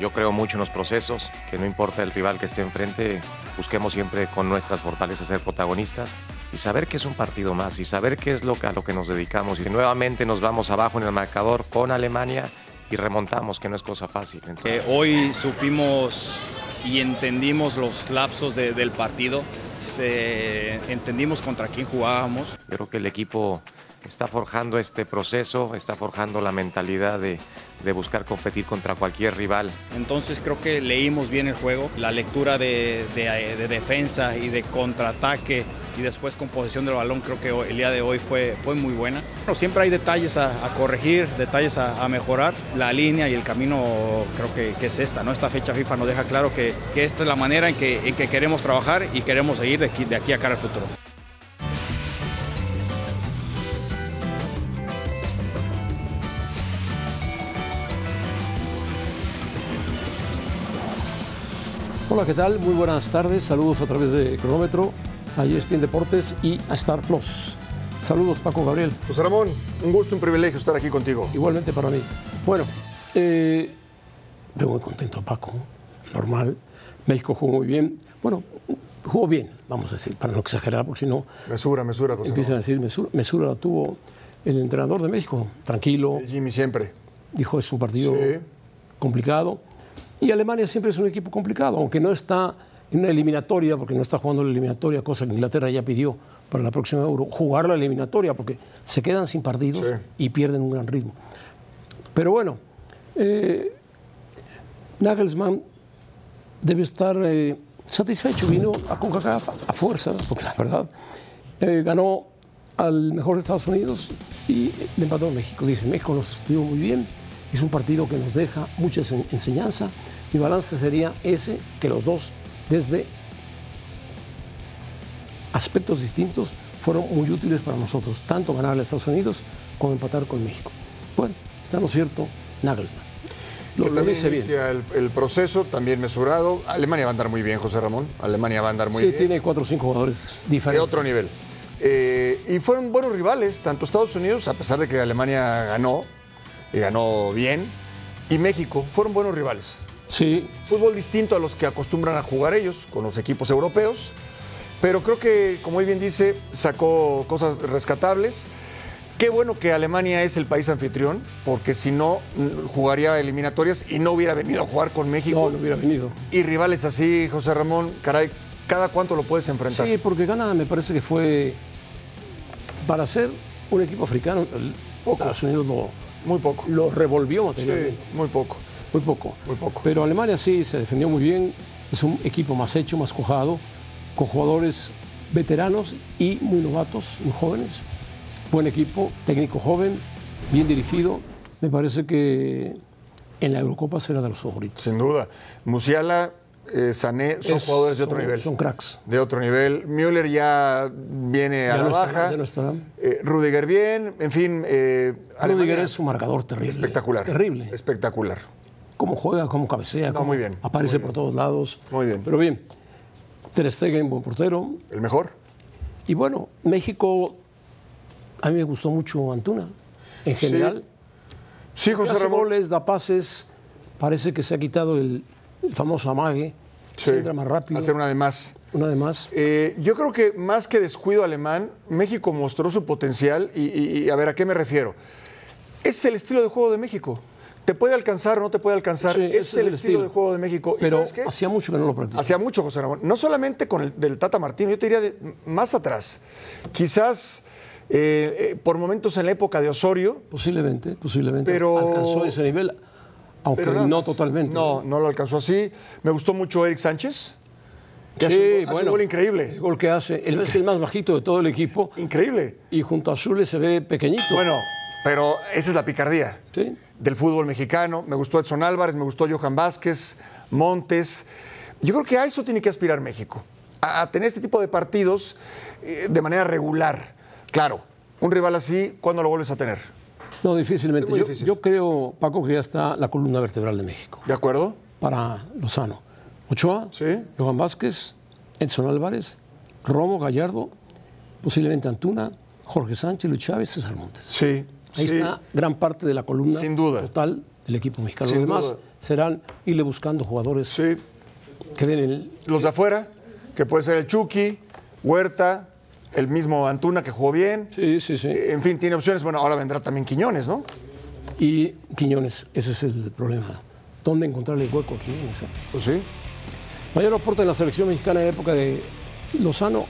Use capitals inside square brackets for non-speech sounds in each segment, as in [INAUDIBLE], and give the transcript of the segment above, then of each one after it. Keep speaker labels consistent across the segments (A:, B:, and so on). A: Yo creo mucho en los procesos, que no importa el rival que esté enfrente, busquemos siempre con nuestras fortalezas ser protagonistas y saber que es un partido más y saber qué es lo que, a lo que nos dedicamos. Y nuevamente nos vamos abajo en el marcador con Alemania y remontamos, que no es cosa fácil. Entonces...
B: Eh, hoy supimos y entendimos los lapsos de, del partido, Se, entendimos contra quién jugábamos.
A: Yo creo que el equipo está forjando este proceso, está forjando la mentalidad de, de, buscar competir contra cualquier rival.
B: Entonces creo que leímos bien el juego, la lectura de, de, de defensa y de contraataque y después con posesión del balón creo que el día de hoy fue, fue muy buena. Pero siempre hay detalles a, a corregir, detalles a, a, mejorar. La línea y el camino creo que, que, es esta, ¿no? Esta fecha FIFA nos deja claro que, que esta es la manera en que, en que, queremos trabajar y queremos seguir de aquí, de aquí a cara al futuro.
C: Hola, ¿qué tal? Muy buenas tardes. Saludos a través de Cronómetro, a E ESPN Deportes y a Star Plus. Saludos, Paco Gabriel.
D: José Ramón, un gusto, un privilegio estar aquí contigo.
C: Igualmente para mí. Bueno, eh, vengo muy contento, Paco. Normal. México jugó muy bien. Bueno, jugó bien, vamos a decir, para no exagerar, porque si no.
D: Mesura, mesura, José
C: Empiezan a decir mesura. Mesura la tuvo el entrenador de México. Tranquilo.
D: El Jimmy siempre.
C: Dijo, es un partido sí. complicado. Y Alemania siempre es un equipo complicado, aunque no está en una eliminatoria, porque no está jugando la eliminatoria, cosa que Inglaterra ya pidió para la próxima Euro, jugar la eliminatoria, porque se quedan sin partidos sí. y pierden un gran ritmo. Pero bueno, eh, Nagelsmann debe estar eh, satisfecho, vino a CONCACAF a fuerza, porque la verdad, eh, ganó al mejor de Estados Unidos y le empató a México. Dice, México nos estuvo muy bien, es un partido que nos deja mucha enseñanza. Mi balance sería ese, que los dos, desde aspectos distintos, fueron muy útiles para nosotros, tanto ganar a Estados Unidos como empatar con México. Bueno, está lo cierto, Nagelsmann.
D: Lo, que también lo dice bien. El, el, proceso, también mesurado. Alemania va a andar muy bien, José Ramón. Alemania va a andar muy
C: sí, Sí,
D: bien.
C: tiene cuatro o cinco jugadores diferentes.
D: De otro nivel. Eh, y fueron buenos rivales, tanto Estados Unidos, a pesar de que Alemania ganó, y ganó bien. Y México, fueron buenos rivales.
C: Sí.
D: Fútbol distinto a los que acostumbran a jugar ellos, con los equipos europeos. Pero creo que, como él bien dice, sacó cosas rescatables. Qué bueno que Alemania es el país anfitrión, porque si no, jugaría eliminatorias y no hubiera venido a jugar con México.
C: No, no hubiera venido.
D: Y rivales así, José Ramón, caray, ¿cada cuánto lo puedes enfrentar?
C: Sí, porque Canadá me parece que fue, para ser un equipo africano, poco. Estados Unidos no,
D: muy poco.
C: Lo revolvió materialmente.
D: Sí, muy poco.
C: Muy poco.
D: Muy poco.
C: Pero Alemania sí se defendió muy bien. Es un equipo más hecho, más cojado, con jugadores veteranos y muy novatos, muy jóvenes. Buen equipo, técnico joven, bien dirigido. Me parece que en la Eurocopa será de los favoritos.
D: Sin duda. Musiala, eh, Sané son es, jugadores de otro
C: son,
D: nivel.
C: Son cracks.
D: De otro nivel. Müller ya viene
C: ya
D: a la
C: no
D: baja.
C: Está, ya no está.
D: Eh, Rudiger bien, en fin. Eh,
C: Rudiger es un marcador terrible.
D: Espectacular.
C: Terrible.
D: Espectacular.
C: Cómo juega, cómo cabecea.
D: No,
C: cómo
D: muy bien.
C: Aparece
D: muy
C: por todos lados.
D: Muy bien.
C: Pero bien, Ter Stegen, buen portero.
D: El mejor.
C: Y bueno, México, a mí me gustó mucho Antuna, en general.
D: Sí, sí José
C: hace
D: Ramón.
C: goles, da pases, parece que se ha quitado el, el famoso amague, sí. se entra más rápido.
D: Hacer una de más.
C: Una de más.
D: Eh, yo creo que más que descuido alemán, México mostró su potencial y, y, y, a ver, ¿a qué me refiero? Es el estilo de juego de México. Te puede alcanzar o no te puede alcanzar. Sí, es, es, el, el estilo, estilo, de juego de México.
C: Pero
D: ¿Y sabes qué?
C: hacía mucho que no lo practicaba.
D: Hacía mucho, José Ramón. No solamente con el del Tata Martino, yo te diría de, más atrás. Quizás eh, eh, por momentos en la época de Osorio.
C: Posiblemente, posiblemente. Pero... Alcanzó ese nivel aunque Eh, no totalmente.
D: No, no lo alcanzó así. Me gustó mucho Eric Sánchez. que hace, un, gol- hace un gol increíble.
C: El gol que hace, él es el más bajito de todo el equipo
D: Increíble.
C: y junto a Zule se ve pequeñito.
D: Bueno, pero esa es la picardía
C: Sí.
D: del fútbol mexicano. Me gustó Edson Álvarez, me gustó Johan Vázquez, Montes. Yo creo que a eso tiene que aspirar México, a, a tener este tipo de partidos eh, de manera regular. Claro, un rival así, ¿cuándo lo vuelves a tener?
C: No, difícilmente.
D: Es muy
C: Yo,
D: difícil.
C: yo creo, Paco, que ya está la columna vertebral de México
D: ¿De acuerdo?
C: para Lozano. Ochoa,
D: Sí.
C: Johan Vázquez, Edson Álvarez, Romo Gallardo, posiblemente Antuna, Jorge Sánchez, Luis Chávez, César Montes.
D: Sí.
C: Ahí está gran parte de la columna
D: Sin duda.
C: total del equipo mexicano.
D: Sin
C: Los demás
D: duda.
C: serán irle buscando jugadores
D: Sí.
C: que den el...
D: Los de afuera, que puede ser el Chucky, Huerta, el mismo Antuna que jugó bien.
C: Sí, sí, sí.
D: En fin, tiene opciones. Bueno, ahora vendrá también Quiñones, ¿no?
C: Y Quiñones, ese es el problema. ¿Dónde encontrarle el hueco a Quiñones? eh?
D: Pues sí.
C: Mayor aporte en la selección mexicana en la época de Lozano.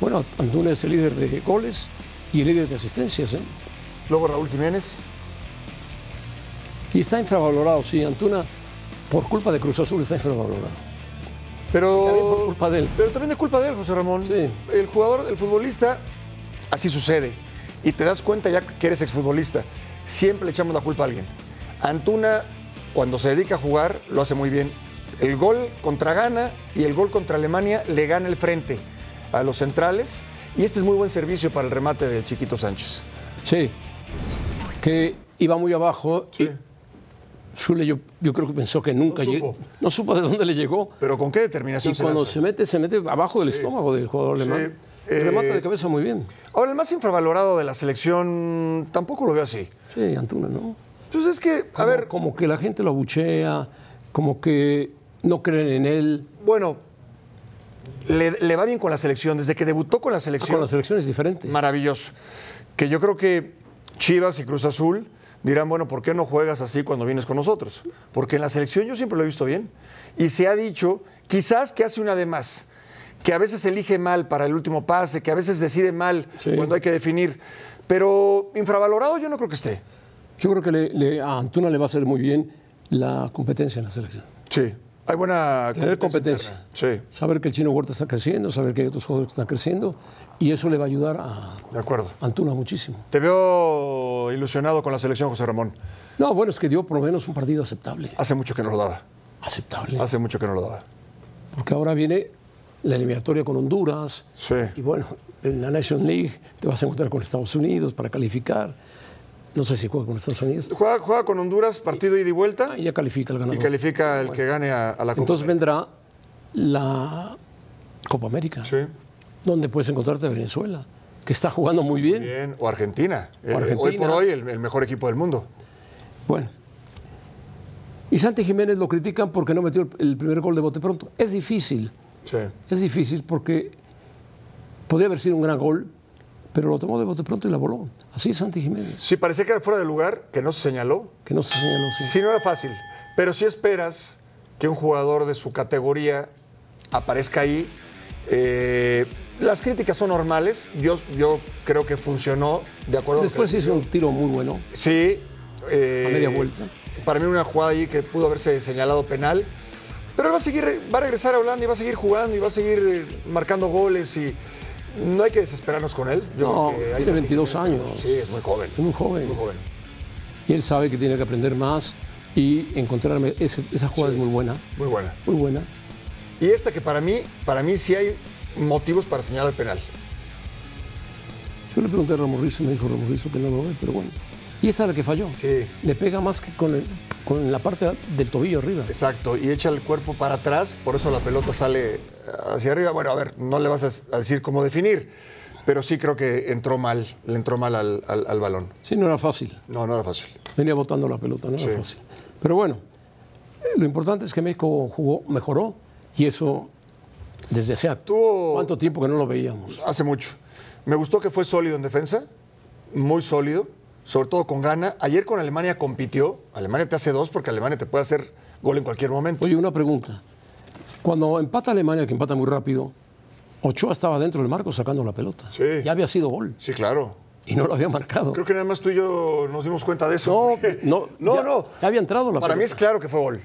C: Bueno, Antuna es el líder de goles y el líder de asistencias. ¿eh?
D: Luego Raúl Jiménez.
C: Y está infravalorado, sí. Antuna, por culpa de Cruz Azul, está infravalorado.
D: Pero
C: También por culpa de él.
D: Pero también es culpa de él, José Ramón.
C: Sí.
D: El jugador, el futbolista, así sucede. Y te das cuenta ya que eres exfutbolista. Siempre le echamos la culpa a alguien. Antuna, cuando se dedica a jugar, lo hace muy bien. El gol contra Ghana y el gol contra Alemania le gana el frente a los centrales. Y este es muy buen servicio para el remate del Chiquito Sánchez.
C: Sí. Que iba muy abajo. y Zule yo, yo creo que pensó que nunca
D: No
C: llegó.
D: supo.
C: No supo de dónde le llegó.
D: Pero con qué determinación
C: Y
D: se
C: cuando
D: lanza.
C: se mete, se mete abajo del estómago del jugador alemán.
D: Eh,
C: Remata de cabeza muy bien.
D: Ahora, el más infravalorado de la selección tampoco lo veo así.
C: Sí, Antuna, ¿no?
D: Pues es que, a
C: Como-
D: ver,
C: Como que la gente lo abuchea, como que no creen en él.
D: Bueno, le, le va bien con la selección. Desde que debutó con la
C: Ah,
D: selección,
C: Con la selección es diferente.
D: maravilloso. Que yo creo que Chivas y Cruz Azul dirán, bueno, ¿por qué no juegas así cuando vienes con nosotros? Porque en la selección yo siempre lo he visto bien. Y se ha dicho, quizás que hace una de más, que a veces elige mal para el último pase, que a veces decide mal
C: Sí.
D: cuando hay que definir. Pero infravalorado yo no creo que esté.
C: Yo creo que le- le- a Antuna le va a hacer muy bien la competencia en la selección.
D: Sí. Hay buena
C: Tener competencia.
D: interna.
C: Saber que el chino Huerta está creciendo, saber que hay otros jugadores que están creciendo, y eso le va a ayudar a
D: Sí, de acuerdo.
C: Antuna muchísimo.
D: Te veo ilusionado con la selección, José Ramón.
C: No, bueno, es que dio por lo menos un partido aceptable.
D: Hace mucho que no lo daba.
C: Aceptable.
D: Hace mucho que no lo daba.
C: Porque ahora viene la eliminatoria con Honduras.
D: Sí.
C: Y bueno, en la National League te vas a encontrar con Estados Unidos para calificar. No sé si juega con Estados Unidos.
D: Juega, juega con Honduras, partido ida y vuelta,
C: Ah, y ya califica el
D: y
C: ganador.
D: califica el que gane a, a la Copa.
C: Entonces vendrá la Copa América,
D: Sí.
C: donde puedes encontrarte a Venezuela, que está jugando muy bien.
D: Bien. O Argentina. Eh,
C: Argentina.
D: Hoy por hoy, el, el mejor equipo del mundo.
C: Bueno. Y Santi Jiménez lo critican porque no metió el- el primer gol de bote pronto. Es difícil,
D: Sí.
C: es difícil porque podía haber sido un gran gol, pero lo tomó de bote pronto y la voló. Así es Santi Jiménez,
D: Sí, parecía que era fuera de lugar, que no se señaló.
C: que no se señaló. sí.
D: Sí, no era fácil. Pero sí esperas que un jugador de su categoría aparezca ahí. Eh, las críticas son normales. Yo, yo creo que funcionó de acuerdo a lo
C: Después
D: que-
C: hizo un tiro muy bueno.
D: Sí. eh,
C: A media vuelta.
D: Para mí una jugada ahí que pudo haberse señalado penal. Pero él va a seguir, va a regresar a Holanda y va a seguir jugando y va a seguir eh, marcando goles y no hay que desesperarnos con él. Yo
C: No,
D: creo que ahí
C: tiene
D: se
C: 22
D: tiene-
C: años.
D: Sí, es muy joven.
C: Es muy joven.
D: Muy joven.
C: Y él sabe que tiene que aprender más y encontrarme. ese- esa jugada es muy buena,
D: Muy buena.
C: muy buena.
D: Y esta que para mí, para mí sí hay motivos para señalar el penal.
C: Yo le pregunté a Ramorrizo, me dijo Ramorrizo que no lo ve, pero bueno. Y esta es la que falló.
D: Sí.
C: Le pega más que con, el- con la parte del tobillo arriba.
D: Exacto, y echa el cuerpo para atrás, por eso la pelota sale hacia arriba. Bueno, a ver, no le vas a- a decir cómo definir, pero sí creo que entró mal, le entró mal al, al- al balón.
C: Sí, no era fácil.
D: No, no era fácil.
C: Venía botando la pelota, no era
D: Sí.
C: fácil. Pero bueno, eh, lo importante es que México jugó, mejoró y eso desde hace
D: Tuvo-
C: cuánto tiempo que no lo veíamos.
D: Hace mucho. Me gustó que fue sólido en defensa, muy sólido, sobre todo con gana. Ayer con Alemania compitió, Alemania te hace dos porque Alemania te puede hacer gol en cualquier momento.
C: Oye, una pregunta. Cuando empata Alemania, que empata muy rápido, Ochoa estaba dentro del marco sacando la pelota.
D: Sí.
C: Ya había sido gol
D: Sí, claro.
C: y no lo había marcado.
D: Creo que nada más tú y yo nos dimos cuenta de eso.
C: [LAUGHS]
D: [LAUGHS]
C: No, no,
D: no,
C: ya-
D: no.
C: ya había entrado la
D: Para mí
C: pelota.
D: es claro que fue gol.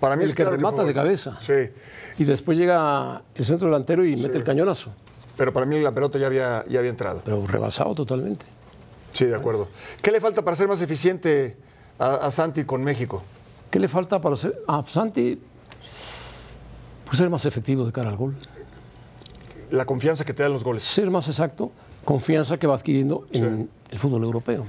D: Para mí
C: el
D: es
C: que
D: claro que
C: remata
D: fue
C: de
D: gol.
C: cabeza.
D: Sí.
C: Y después llega el centro delantero y mete el cañonazo.
D: Pero para mí la pelota ya había, ya había entrado.
C: Pero rebasado totalmente.
D: Sí, de acuerdo. ¿Qué le falta para ser más eficiente a, a Santi con México?
C: ¿Qué le falta para ser a Santi? Pues ser más efectivo de cara al gol.
D: La confianza que te dan los goles.
C: Ser más exacto, confianza que va adquiriendo en el fútbol europeo.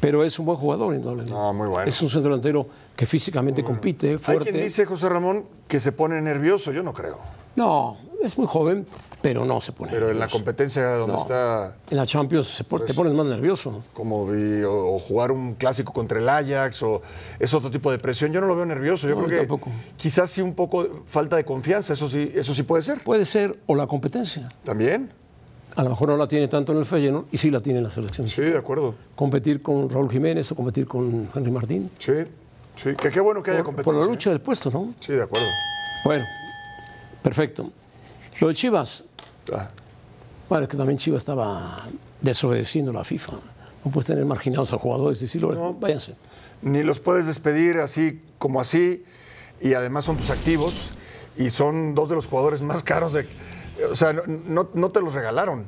C: Pero es un buen jugador, indudablemente.
D: No, muy bueno. Mm.
C: Es un centro delantero que físicamente compite, fuerte.
D: Hay quien dice, José Ramón, que se pone nervioso. Yo no creo.
C: No, es muy joven, pero no se pone.
D: Pero Pues en la
C: nervioso.
D: competencia donde
C: No.
D: está
C: En la Champions se pon- te pones más nervioso.
D: como vi, o, o jugar un clásico contra el Ajax o es otro tipo de presión. Yo no lo veo nervioso. Yo
C: No,
D: creo
C: yo
D: que
C: tampoco.
D: quizás sí un poco de falta de confianza. Eso sí, eso sí puede ser.
C: Puede ser o la competencia.
D: También.
C: A lo mejor no la tiene tanto en el Feyenoord y sí la tiene en la selección.
D: Sí, de acuerdo.
C: Competir con Raúl Jiménez o competir con Henry Martín.
D: Sí, sí. Que qué bueno que haya
C: Por,
D: competencia.
C: por
D: ¿eh?
C: la lucha del puesto, ¿no?
D: Sí, de acuerdo.
C: Bueno, perfecto. Lo de Chivas,
D: Ah,
C: bueno, es que también Chivas estaba desobedeciendo la FIFA. No puedes tener marginados a jugadores, decirlo, váyanse.
D: ni los puedes despedir así como así. Y además son tus activos. Y son dos de los jugadores más caros de. O sea, no, no- no te los regalaron.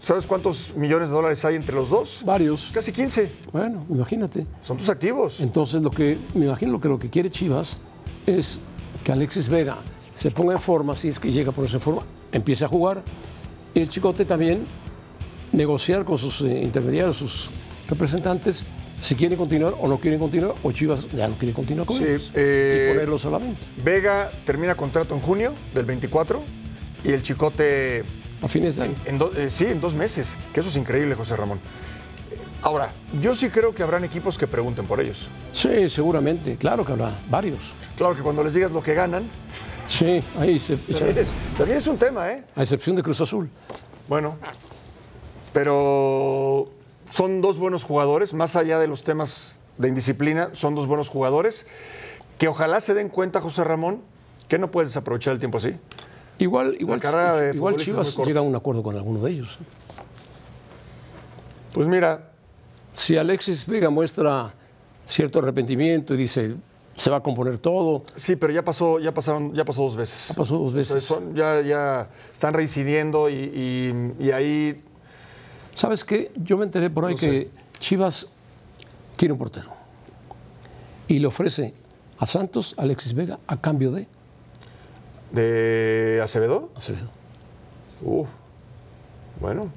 D: ¿Sabes cuántos millones de dólares hay entre los dos?
C: Varios.
D: Casi 15.
C: Bueno, imagínate.
D: Son tus activos.
C: Entonces, lo que me imagino que lo que quiere Chivas es que Alexis Vega se ponga en forma, si es que llega a ponerse en forma, empiece a jugar. Y el Chicote también negociar con sus eh, intermediarios, sus representantes, si quieren continuar o no quieren continuar, o Chivas ya no quiere continuar con
D: Sí,
C: ellos.
D: eh,
C: y ponerlos a la venta.
D: Vega termina contrato en junio del 24 y el Chicote
C: A fines de año.
D: en do- eh, sí, en dos meses. Que eso es increíble, José Ramón. Ahora, yo sí creo que habrán equipos que pregunten por ellos.
C: Sí, seguramente, claro que habrá varios.
D: Claro que cuando les digas lo que ganan,
C: Sí, ahí se echarán,
D: también es un tema, ¿eh?
C: a excepción de Cruz Azul.
D: Bueno, pero son dos buenos jugadores, más allá de los temas de indisciplina, son dos buenos jugadores que ojalá se den cuenta, José Ramón, que no puedes desaprovechar el tiempo así.
C: Igual, igual,
D: carrera de
C: igual
D: futbolistas es muy
C: Chivas
D: corta.
C: llega a un acuerdo con alguno de ellos.
D: Pues mira,
C: si Alexis Vega muestra cierto arrepentimiento y dice se va a componer todo,
D: sí, pero ya pasó, ya pasaron, ya pasó dos veces.
C: ya pasó dos
D: Entonces
C: veces.
D: son- ya, ya están reincidiendo y, y- y ahí
C: ¿Sabes qué? Yo me enteré por ahí que Chivas quiere un portero y le ofrece a Santos a Alexis Vega a cambio de
D: de Acevedo.
C: Acevedo.
D: Uf, bueno.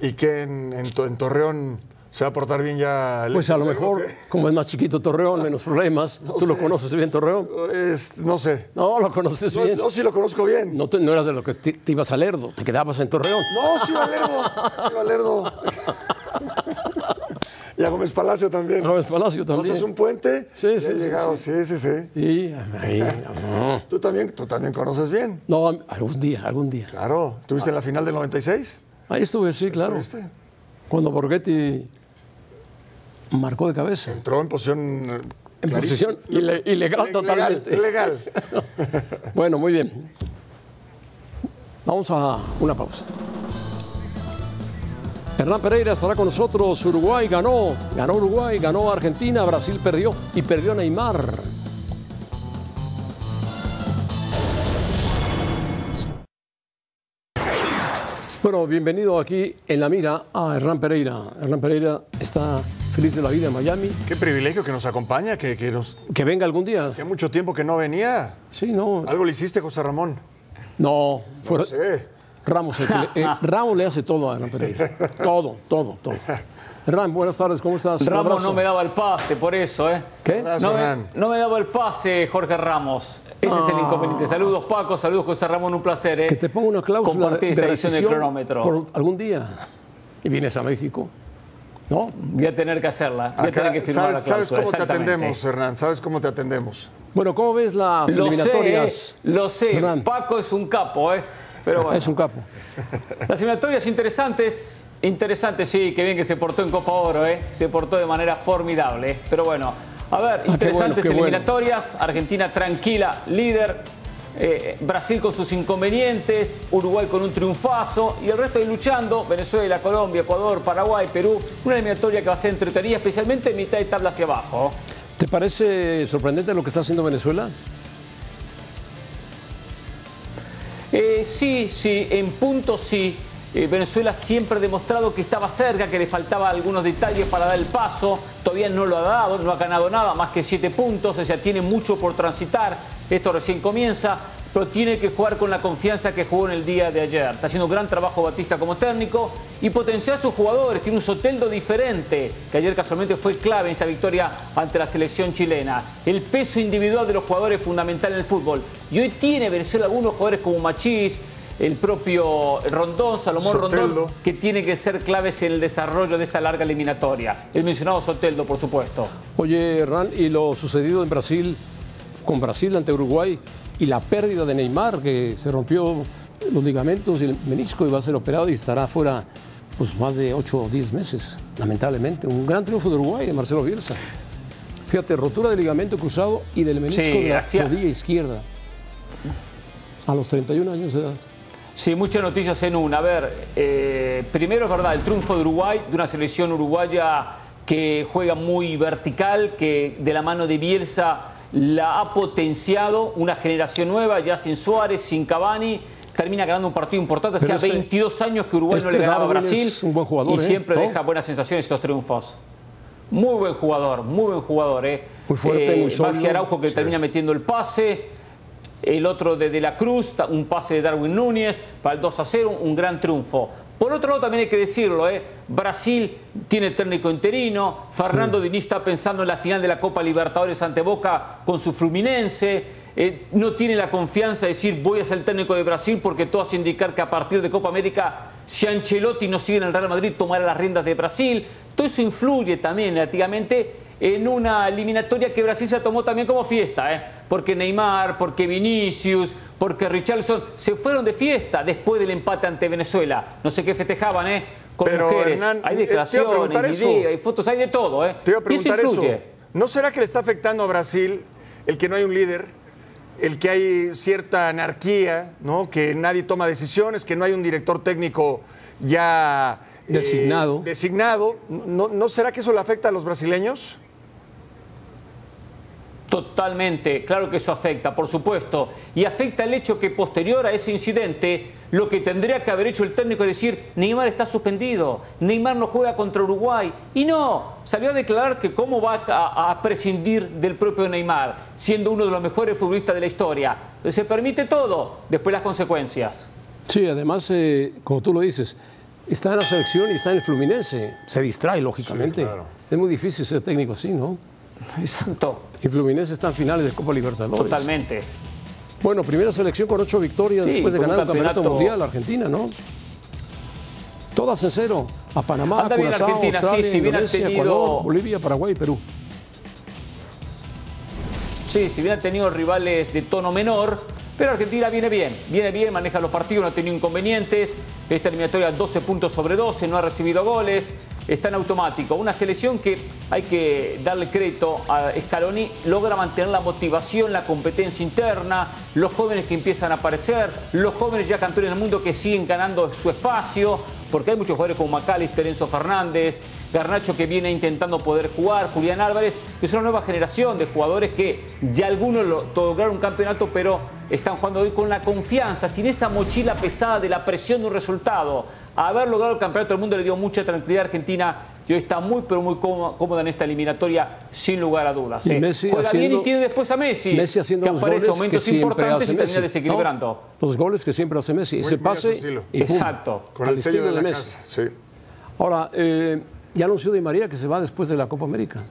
D: ¿Y que en, en To- en Torreón se va a portar bien ya? Alexis
C: Pues a lo
D: Vega,
C: mejor,
D: ¿o
C: como es más chiquito Torreón, menos
D: [LAUGHS]
C: problemas. Tú lo
D: sé.
C: conoces bien, Torreón.
D: qué? Es- no sé.
C: No, lo conoces
D: No,
C: bien.
D: no, sí lo conozco bien.
C: No, te- no eras de lo que te, te ibas a Lerdo, te quedabas en Torreón.
D: No, sí Valerdo. sí Valerdo. y a Gómez Palacio también.
C: Gómez Palacio también.
D: Entonces un puente.
C: Sí,
D: y
C: sí,
D: ha
C: sí,
D: llegado. Sí, sí, sí.
C: Sí, ahí, no.
D: Tú también, tú también conoces bien.
C: no, algún día, algún día.
D: Claro. ¿Estuviste en la final del 96?
C: Ahí estuve, sí, claro.
D: ¿Estuviste?
C: Cuando Borghetti marcó de cabeza, en
D: Entró en posición. eh, clarísima.
C: posición ile- ilegal
D: Le-
C: totalmente.
D: Legal. legal.
C: Bueno, muy bien. Vamos a una pausa. Hernán Pereira estará con nosotros. Uruguay ganó, ganó Uruguay, ganó Argentina, Brasil perdió y perdió Neymar. Bueno, bienvenido aquí en La Mira a Hernán Pereira. Hernán Pereira está feliz de la vida en Miami.
D: Qué privilegio que nos acompaña, que, que nos.
C: Que venga algún día.
D: Hacía mucho tiempo que no venía.
C: Sí, no.
D: Algo le hiciste, José Ramón.
C: No, fuera,
D: Sí.
C: Ramos, el que le, eh,
E: [LAUGHS]
C: Ramos le hace todo a Hernán Pereira. Todo, todo, todo. Hernán, buenas tardes, ¿cómo estás? Un
E: Ramos
C: abrazo.
E: no me daba el pase, por eso, ¿eh?
C: ¿Qué?
D: Abrazo,
E: No me,
D: Hernán.
E: no me daba el pase, Jorge Ramos. Ese es el inconveniente. Saludos, Paco. Saludos, José Ramón. Un placer, ¿eh?
C: Que te ponga una cláusula
E: Compartí
C: de
E: esta edición del
C: rescisión
E: cronómetro.
C: por algún día. Y vienes a México. ¿No?
E: Voy a tener que hacerla. Voy a
D: Acá,
E: tener que firmar
D: ¿sabes,
E: la
D: sabes
E: cláusula.
D: cómo te
E: exactamente.
D: atendemos, Hernán? ¿Sabes cómo te atendemos?
C: Bueno, ¿cómo ves las
E: Lo sé, ¿eh?
C: eliminatorias?
E: lo sé.
C: Hernán.
E: Paco es un capo, ¿eh? Pero bueno.
C: Es un capo.
E: Las eliminatorias interesantes, interesantes, sí, qué bien que se portó en Copa Oro, ¿eh? se portó de manera formidable. eh. Pero bueno, a ver,
C: Ah, qué
E: interesantes
C: bueno, qué bueno.
E: eliminatorias, Argentina tranquila, líder, eh, Brasil con sus inconvenientes, Uruguay con un triunfazo y el resto ahí luchando, Venezuela, Colombia, Ecuador, Paraguay, Perú, una eliminatoria que va a ser entretenida, especialmente mitad de tabla hacia abajo.
C: ¿Te parece sorprendente lo que está haciendo Venezuela?
E: Eh, sí, sí, en punto sí. Eh, Venezuela siempre ha demostrado que estaba cerca, que le faltaba algunos detalles para dar el paso. Todavía no lo ha dado, no ha ganado nada, más que siete puntos. O sea, tiene mucho por transitar. Esto recién comienza, pero tiene que jugar con la confianza que jugó en el día de ayer. Está haciendo un gran trabajo Batista como técnico y potenciar a sus jugadores. Tiene un Soteldo diferente, que ayer casualmente fue clave en esta victoria ante la selección chilena. El peso individual de los jugadores es fundamental en el fútbol. Y hoy tiene Venezuela algunos jugadores como Machís, el propio Rondón, Salomón
D: Soteldo.
E: Rondón, que tiene que ser claves en el desarrollo de esta larga eliminatoria. El mencionado Soteldo, por supuesto.
C: Oye, Hernán, y lo sucedido en Brasil, con Brasil ante Uruguay, y la pérdida de Neymar, que se rompió los ligamentos y el menisco y va a ser operado y estará fuera pues, más de 8 o 10 meses, lamentablemente. Un gran triunfo de Uruguay, de Marcelo Bielsa. Fíjate, rotura del ligamento cruzado y del menisco
E: Sí,
C: de la
E: hacia-
C: rodilla izquierda. A los 31 años de edad.
E: Sí, muchas noticias en una. A ver, eh, primero es verdad, el triunfo de Uruguay, de una selección uruguaya que juega muy vertical, que de la mano de Bielsa la ha potenciado, una generación nueva, ya sin Suárez, sin Cavani, termina ganando un partido importante.
C: Pero
E: Hacía
C: este-
E: 22 años que Uruguay no
C: este
E: le ganaba a
C: Darwin
E: Brasil
C: es un buen jugador,
E: y
C: ¿eh?
E: siempre
C: ¿No?
E: deja buenas sensaciones estos triunfos. Muy buen jugador, muy buen jugador. ¿eh?
C: Muy fuerte, muy sólido.
E: Maxi Araujo que termina metiendo el pase. El otro de De La Cruz, ta- un pase de Darwin Núñez para el 2 a 0, un gran triunfo. Por otro lado, también hay que decirlo, ¿eh? Brasil tiene técnico interino, Fernando Diniz está pensando en la final de la Copa Libertadores ante Boca con su Fluminense, Eh, no tiene la confianza de decir voy a ser el técnico de Brasil porque todo hace indicar que a partir de Copa América, si Ancelotti no sigue en el Real Madrid, tomará las riendas de Brasil. Todo eso influye también negativamente en una eliminatoria que Brasil se tomó también como fiesta, ¿eh? porque Neymar, porque Vinicius, porque Richarlison se fueron de fiesta después del empate ante Venezuela. No sé qué festejaban, ¿eh? Con
D: Pero,
E: mujeres.
D: Hernán,
E: hay
D: eh, te iba a
E: declaraciones,
D: preguntar
E: hay
D: eso.
E: videos, hay fotos, hay de todo, ¿eh?
D: Te iba a
E: y eso
D: preguntar eso.
E: influye.
D: ¿No será que le está afectando a Brasil el que no hay un líder? El que hay cierta anarquía, ¿no? Que nadie toma decisiones, que no hay un director técnico ya eh,
C: Designado.
D: designado. ¿No, ¿No será que eso le afecta a los brasileños?
E: Totalmente, claro que eso afecta, por supuesto. Y afecta el hecho que posterior a ese incidente, lo que tendría que haber hecho el técnico es decir, Neymar está suspendido, Neymar no juega contra Uruguay. Y no, salió a declarar que cómo va a, a prescindir del propio Neymar, siendo uno de los mejores futbolistas de la historia. Entonces se permite todo, después las consecuencias. [LAUGHS]
C: Sí, además, eh, como tú lo dices, está en la selección y está en el Fluminense. Se distrae, lógicamente. Es muy difícil ser técnico así, ¿no?
E: Exacto,
C: Y Fluminense está en finales de Copa Libertadores.
E: totalmente.
C: Bueno, primera selección con ocho victorias
E: Sí,
C: después de
E: con un
C: ganar el campeonato,
E: campeonato-
C: mundial, la Argentina, ¿no? Todas en cero. A Panamá,
E: Anda bien
C: Curazao,
E: Argentina, sí,
C: Australia,
E: si bien ha
C: Indonesia,
E: tenido-
C: Ecuador, Bolivia, Paraguay, Perú.
E: Sí, si bien ha tenido rivales de tono menor, pero Argentina viene bien, viene bien, maneja los partidos, no ha tenido inconvenientes. Esta eliminatoria 12 puntos sobre 12, no ha recibido goles, está en automático. Una selección que hay que darle crédito a Scaloni, logra mantener la motivación, la competencia interna, los jóvenes que empiezan a aparecer, los jóvenes ya campeones del mundo que siguen ganando su espacio porque hay muchos jugadores como Macalister, Enzo Fernández, Garnacho que viene intentando poder jugar, Julián Álvarez, que es una nueva generación de jugadores que ya algunos lo- lograron un campeonato, pero están jugando hoy con la confianza, sin esa mochila pesada de la presión de un resultado. Haber logrado el campeonato del mundo le dio mucha tranquilidad a Argentina. Y hoy está muy, pero muy cómoda cómoda en esta eliminatoria, sin lugar a dudas.
C: Y
E: ¿eh?
C: Messi
E: Juega bien
C: haciendo-
E: y tiene después a Messi,
C: Messi haciendo
E: que
C: los
E: aparece en
C: goles
E: momentos
C: que siempre
E: importantes
C: hace
E: y termina
C: Messi,
E: desequilibrando.
C: ¿no? Los goles que siempre hace Messi. Ese
D: Muy- muy a su
C: pase
D: estilo.
C: y pum,
E: Exacto.
D: Con
C: al
D: el sello
C: estilo
D: de la
C: Messi.
D: casa, sí.
C: Ahora, eh, ya anunció Di María que se va después de la Copa América.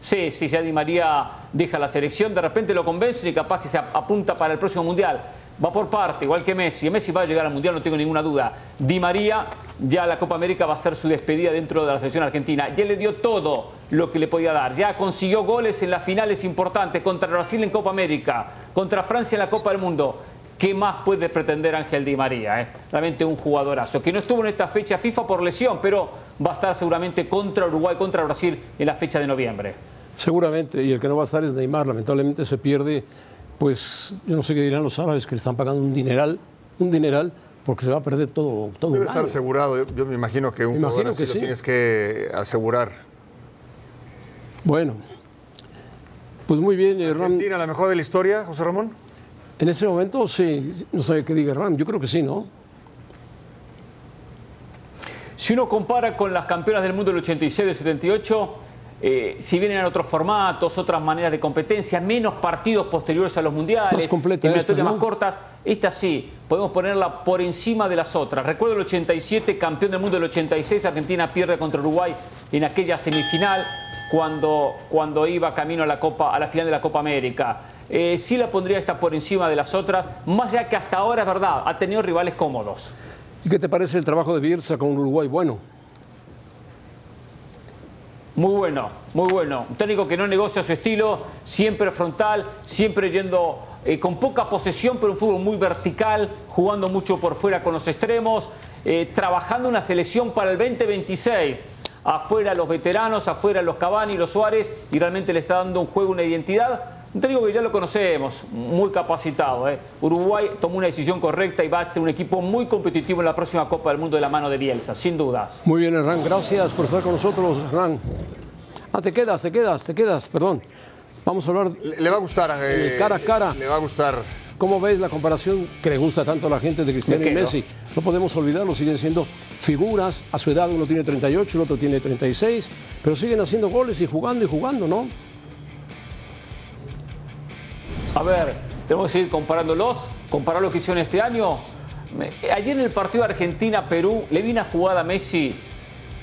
E: Sí, sí, ya Di María deja la selección, de repente lo convence y capaz que se ap- apunta para el próximo Mundial. Va por parte, igual que Messi. Messi va a llegar al Mundial, no tengo ninguna duda. Di María, ya la Copa América va a ser su despedida dentro de la selección argentina. Ya le dio todo lo que le podía dar. Ya consiguió goles en las finales importantes contra Brasil en Copa América, contra Francia en la Copa del Mundo. ¿Qué más puede pretender Ángel Di María? eh? Realmente un jugadorazo, que no estuvo en esta fecha FIFA por lesión, pero va a estar seguramente contra Uruguay, contra Brasil en la fecha de noviembre.
C: Seguramente, y el que no va a estar es Neymar, lamentablemente se pierde, pues yo no sé qué dirán los árabes que le están pagando un dineral, un dineral, porque se va a perder todo, todo
D: Debe
C: un
D: estar
C: año.
D: asegurado. Yo, yo me imagino que un
C: Me imagino
D: jugador así
C: que
D: lo
C: sí.
D: tienes que asegurar.
C: Bueno, pues muy bien, Hernán.
D: ¿Argentina la mejor de la historia, José Ramón?
C: En este momento sí, no sé qué diga Hernán, yo creo que sí, ¿no?
E: Si uno compara con las campeonas del mundo del 86, del 78, eh, si vienen en otros formatos, otras maneras de competencia, menos partidos posteriores a los mundiales,
C: Más completa esta,
E: eliminatorias
C: ¿no?
E: más cortas, esta sí, podemos ponerla por encima de las otras. Recuerdo el 87, campeón del mundo del 86, Argentina pierde contra Uruguay en aquella semifinal cuando, cuando iba camino a la, Copa, a la final de la Copa América. Eh, sí la pondría esta por encima de las otras, más ya que hasta ahora es verdad, ha tenido rivales cómodos.
C: ¿Y qué te parece el trabajo de Bielsa con Uruguay? Bueno,
E: Muy bueno, muy bueno. Un técnico que no negocia su estilo, siempre frontal, siempre yendo eh, con poca posesión, pero un fútbol muy vertical, jugando mucho por fuera con los extremos, eh, trabajando una selección para el 2026. Afuera los veteranos, afuera los Cavani, los Suárez, y realmente le está dando un juego, una identidad. Un técnico que ya lo conocemos, muy capacitado. ¿eh? Uruguay tomó una decisión correcta y va a ser un equipo muy competitivo en la próxima Copa del Mundo de la mano de Bielsa, sin dudas.
C: muy bien, Hernán, gracias por estar con nosotros, Hernán. Ah, te quedas, te quedas, te quedas, perdón. Vamos a hablar,
D: Le, le va a gustar. eh,
C: cara a cara.
D: Le va a gustar.
C: ¿cómo ves la comparación que le gusta tanto a la gente de Cristiano
E: Me
C: y
E: quedo.
C: Messi? No podemos olvidarlo, siguen siendo figuras, a su edad uno tiene 38, el otro tiene 36, pero siguen haciendo goles y jugando y jugando, ¿no?
E: A ver, tenemos que ir comparándolos, comparar lo que hicieron este año. Me- Ayer en el partido Argentina-Perú le vi una jugada a Messi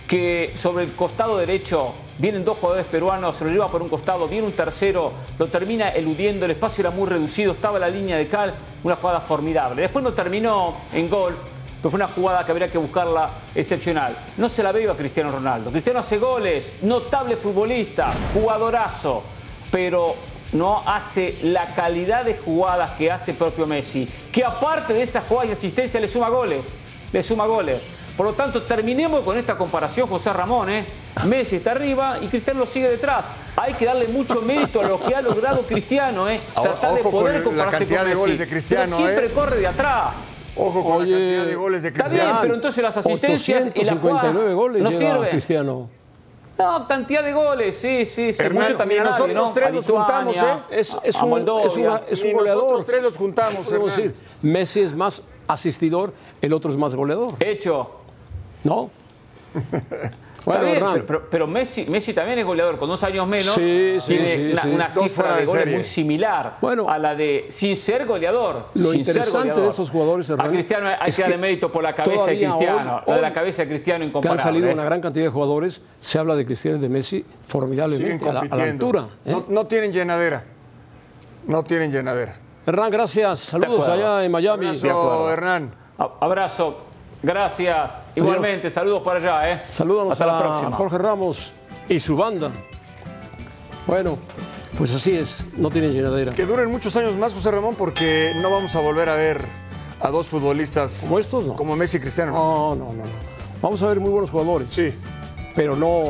E: que sobre el costado derecho vienen dos jugadores peruanos, se lo lleva por un costado, viene un tercero, lo termina eludiendo, el espacio era muy reducido, estaba la línea de cal, una jugada formidable. Después no terminó en gol, pero fue una jugada que habría que buscarla excepcional. No se la veo a Cristiano Ronaldo. Cristiano hace goles, notable futbolista, jugadorazo pero no hace la calidad de jugadas que hace propio Messi, que aparte de esas jugadas y asistencia le suma goles, le suma goles. Por lo tanto, terminemos con esta comparación, José Ramón. ¿eh? Messi está arriba y Cristiano lo sigue detrás. Hay que darle mucho mérito a lo que ha logrado Cristiano, ¿eh?
D: Ahora,
E: tratar de
D: ojo
E: poder
D: con la
E: compararse
D: cantidad
E: con
D: de
E: Messi.
D: goles de Cristiano,
E: pero siempre
D: ¿eh?
E: corre de atrás.
D: Ojo con
C: Oye,
D: la cantidad de goles de
E: está
D: Cristiano.
E: bien, pero entonces las asistencias y las jugadas
C: 59 goles
E: no
C: lleva
E: sirven.
C: Cristiano.
E: No, cantidad de goles, sí, sí, sí.
D: Hernán,
E: mucho también
D: ni
E: a Napoli,
D: nosotros
E: ¿no?
D: tres
E: A
D: nos
E: Lituania,
D: juntamos, ¿eh?
C: Es, es
E: a
C: un,
E: Moldovia.
C: es una- es un
D: Ni nosotros
C: goleador.
D: tres los juntamos,
C: Podemos
D: Hernán.
C: decir, Messi es más asistidor, el otro es más goleador,
E: Hecho.
D: [LAUGHS]
C: ¿no?
E: Está bien,
C: Hernán.
E: pero, pero- pero Messi, Messi también es goleador, con dos años menos.
C: Sí, sí,
E: tiene
C: sí,
E: una,
C: sí.
E: una
D: Dos fuera
E: cifra
D: de
E: de goles
D: serie.
E: muy similar
C: Bueno.
E: a la de sin ser goleador.
C: Lo
E: sin ser
C: interesante
E: goleador.
C: de esos jugadores,
E: A
C: Hernán,
E: Cristiano hay
C: es
E: que darle
C: que
E: mérito por la cabeza de
C: todavía
E: Cristiano.
C: hoy-
E: la de
C: hoy
E: la cabeza de Cristiano
C: que han
E: incomparable.
C: salido
E: ¿eh?
C: una gran cantidad de jugadores, se habla de Cristiano y de Messi
D: Siguen
C: formidablemente a la, a la
D: compitiendo.
C: altura. ¿eh?
D: no, no tienen llenadera. No tienen llenadera.
C: Hernán, gracias. Saludos
E: acuerdo.
C: allá en Miami.
D: Abrazo, Hernán.
E: A- Abrazo. Gracias. Igualmente, saludos para allá. ¿eh?
C: Saludamos
E: Hasta
C: a
E: la próxima.
C: Jorge Ramos y su banda. Bueno, pues así es, no tienen llenadera.
D: Que duren muchos años más, José Ramón, porque no vamos a volver a ver a dos futbolistas
C: Como estos, no.
D: como Messi y Cristiano.
C: No, no, no, no. Vamos a ver muy buenos jugadores,
D: Sí,
C: pero no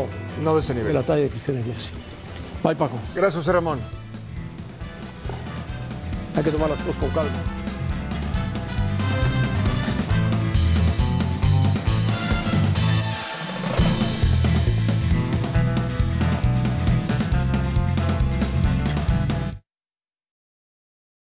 D: no de ese
C: de
D: nivel.
C: la talla de Cristiano y Messi. Bye, Paco.
D: Gracias, José Ramón.
C: Hay que tomar las cosas con calma.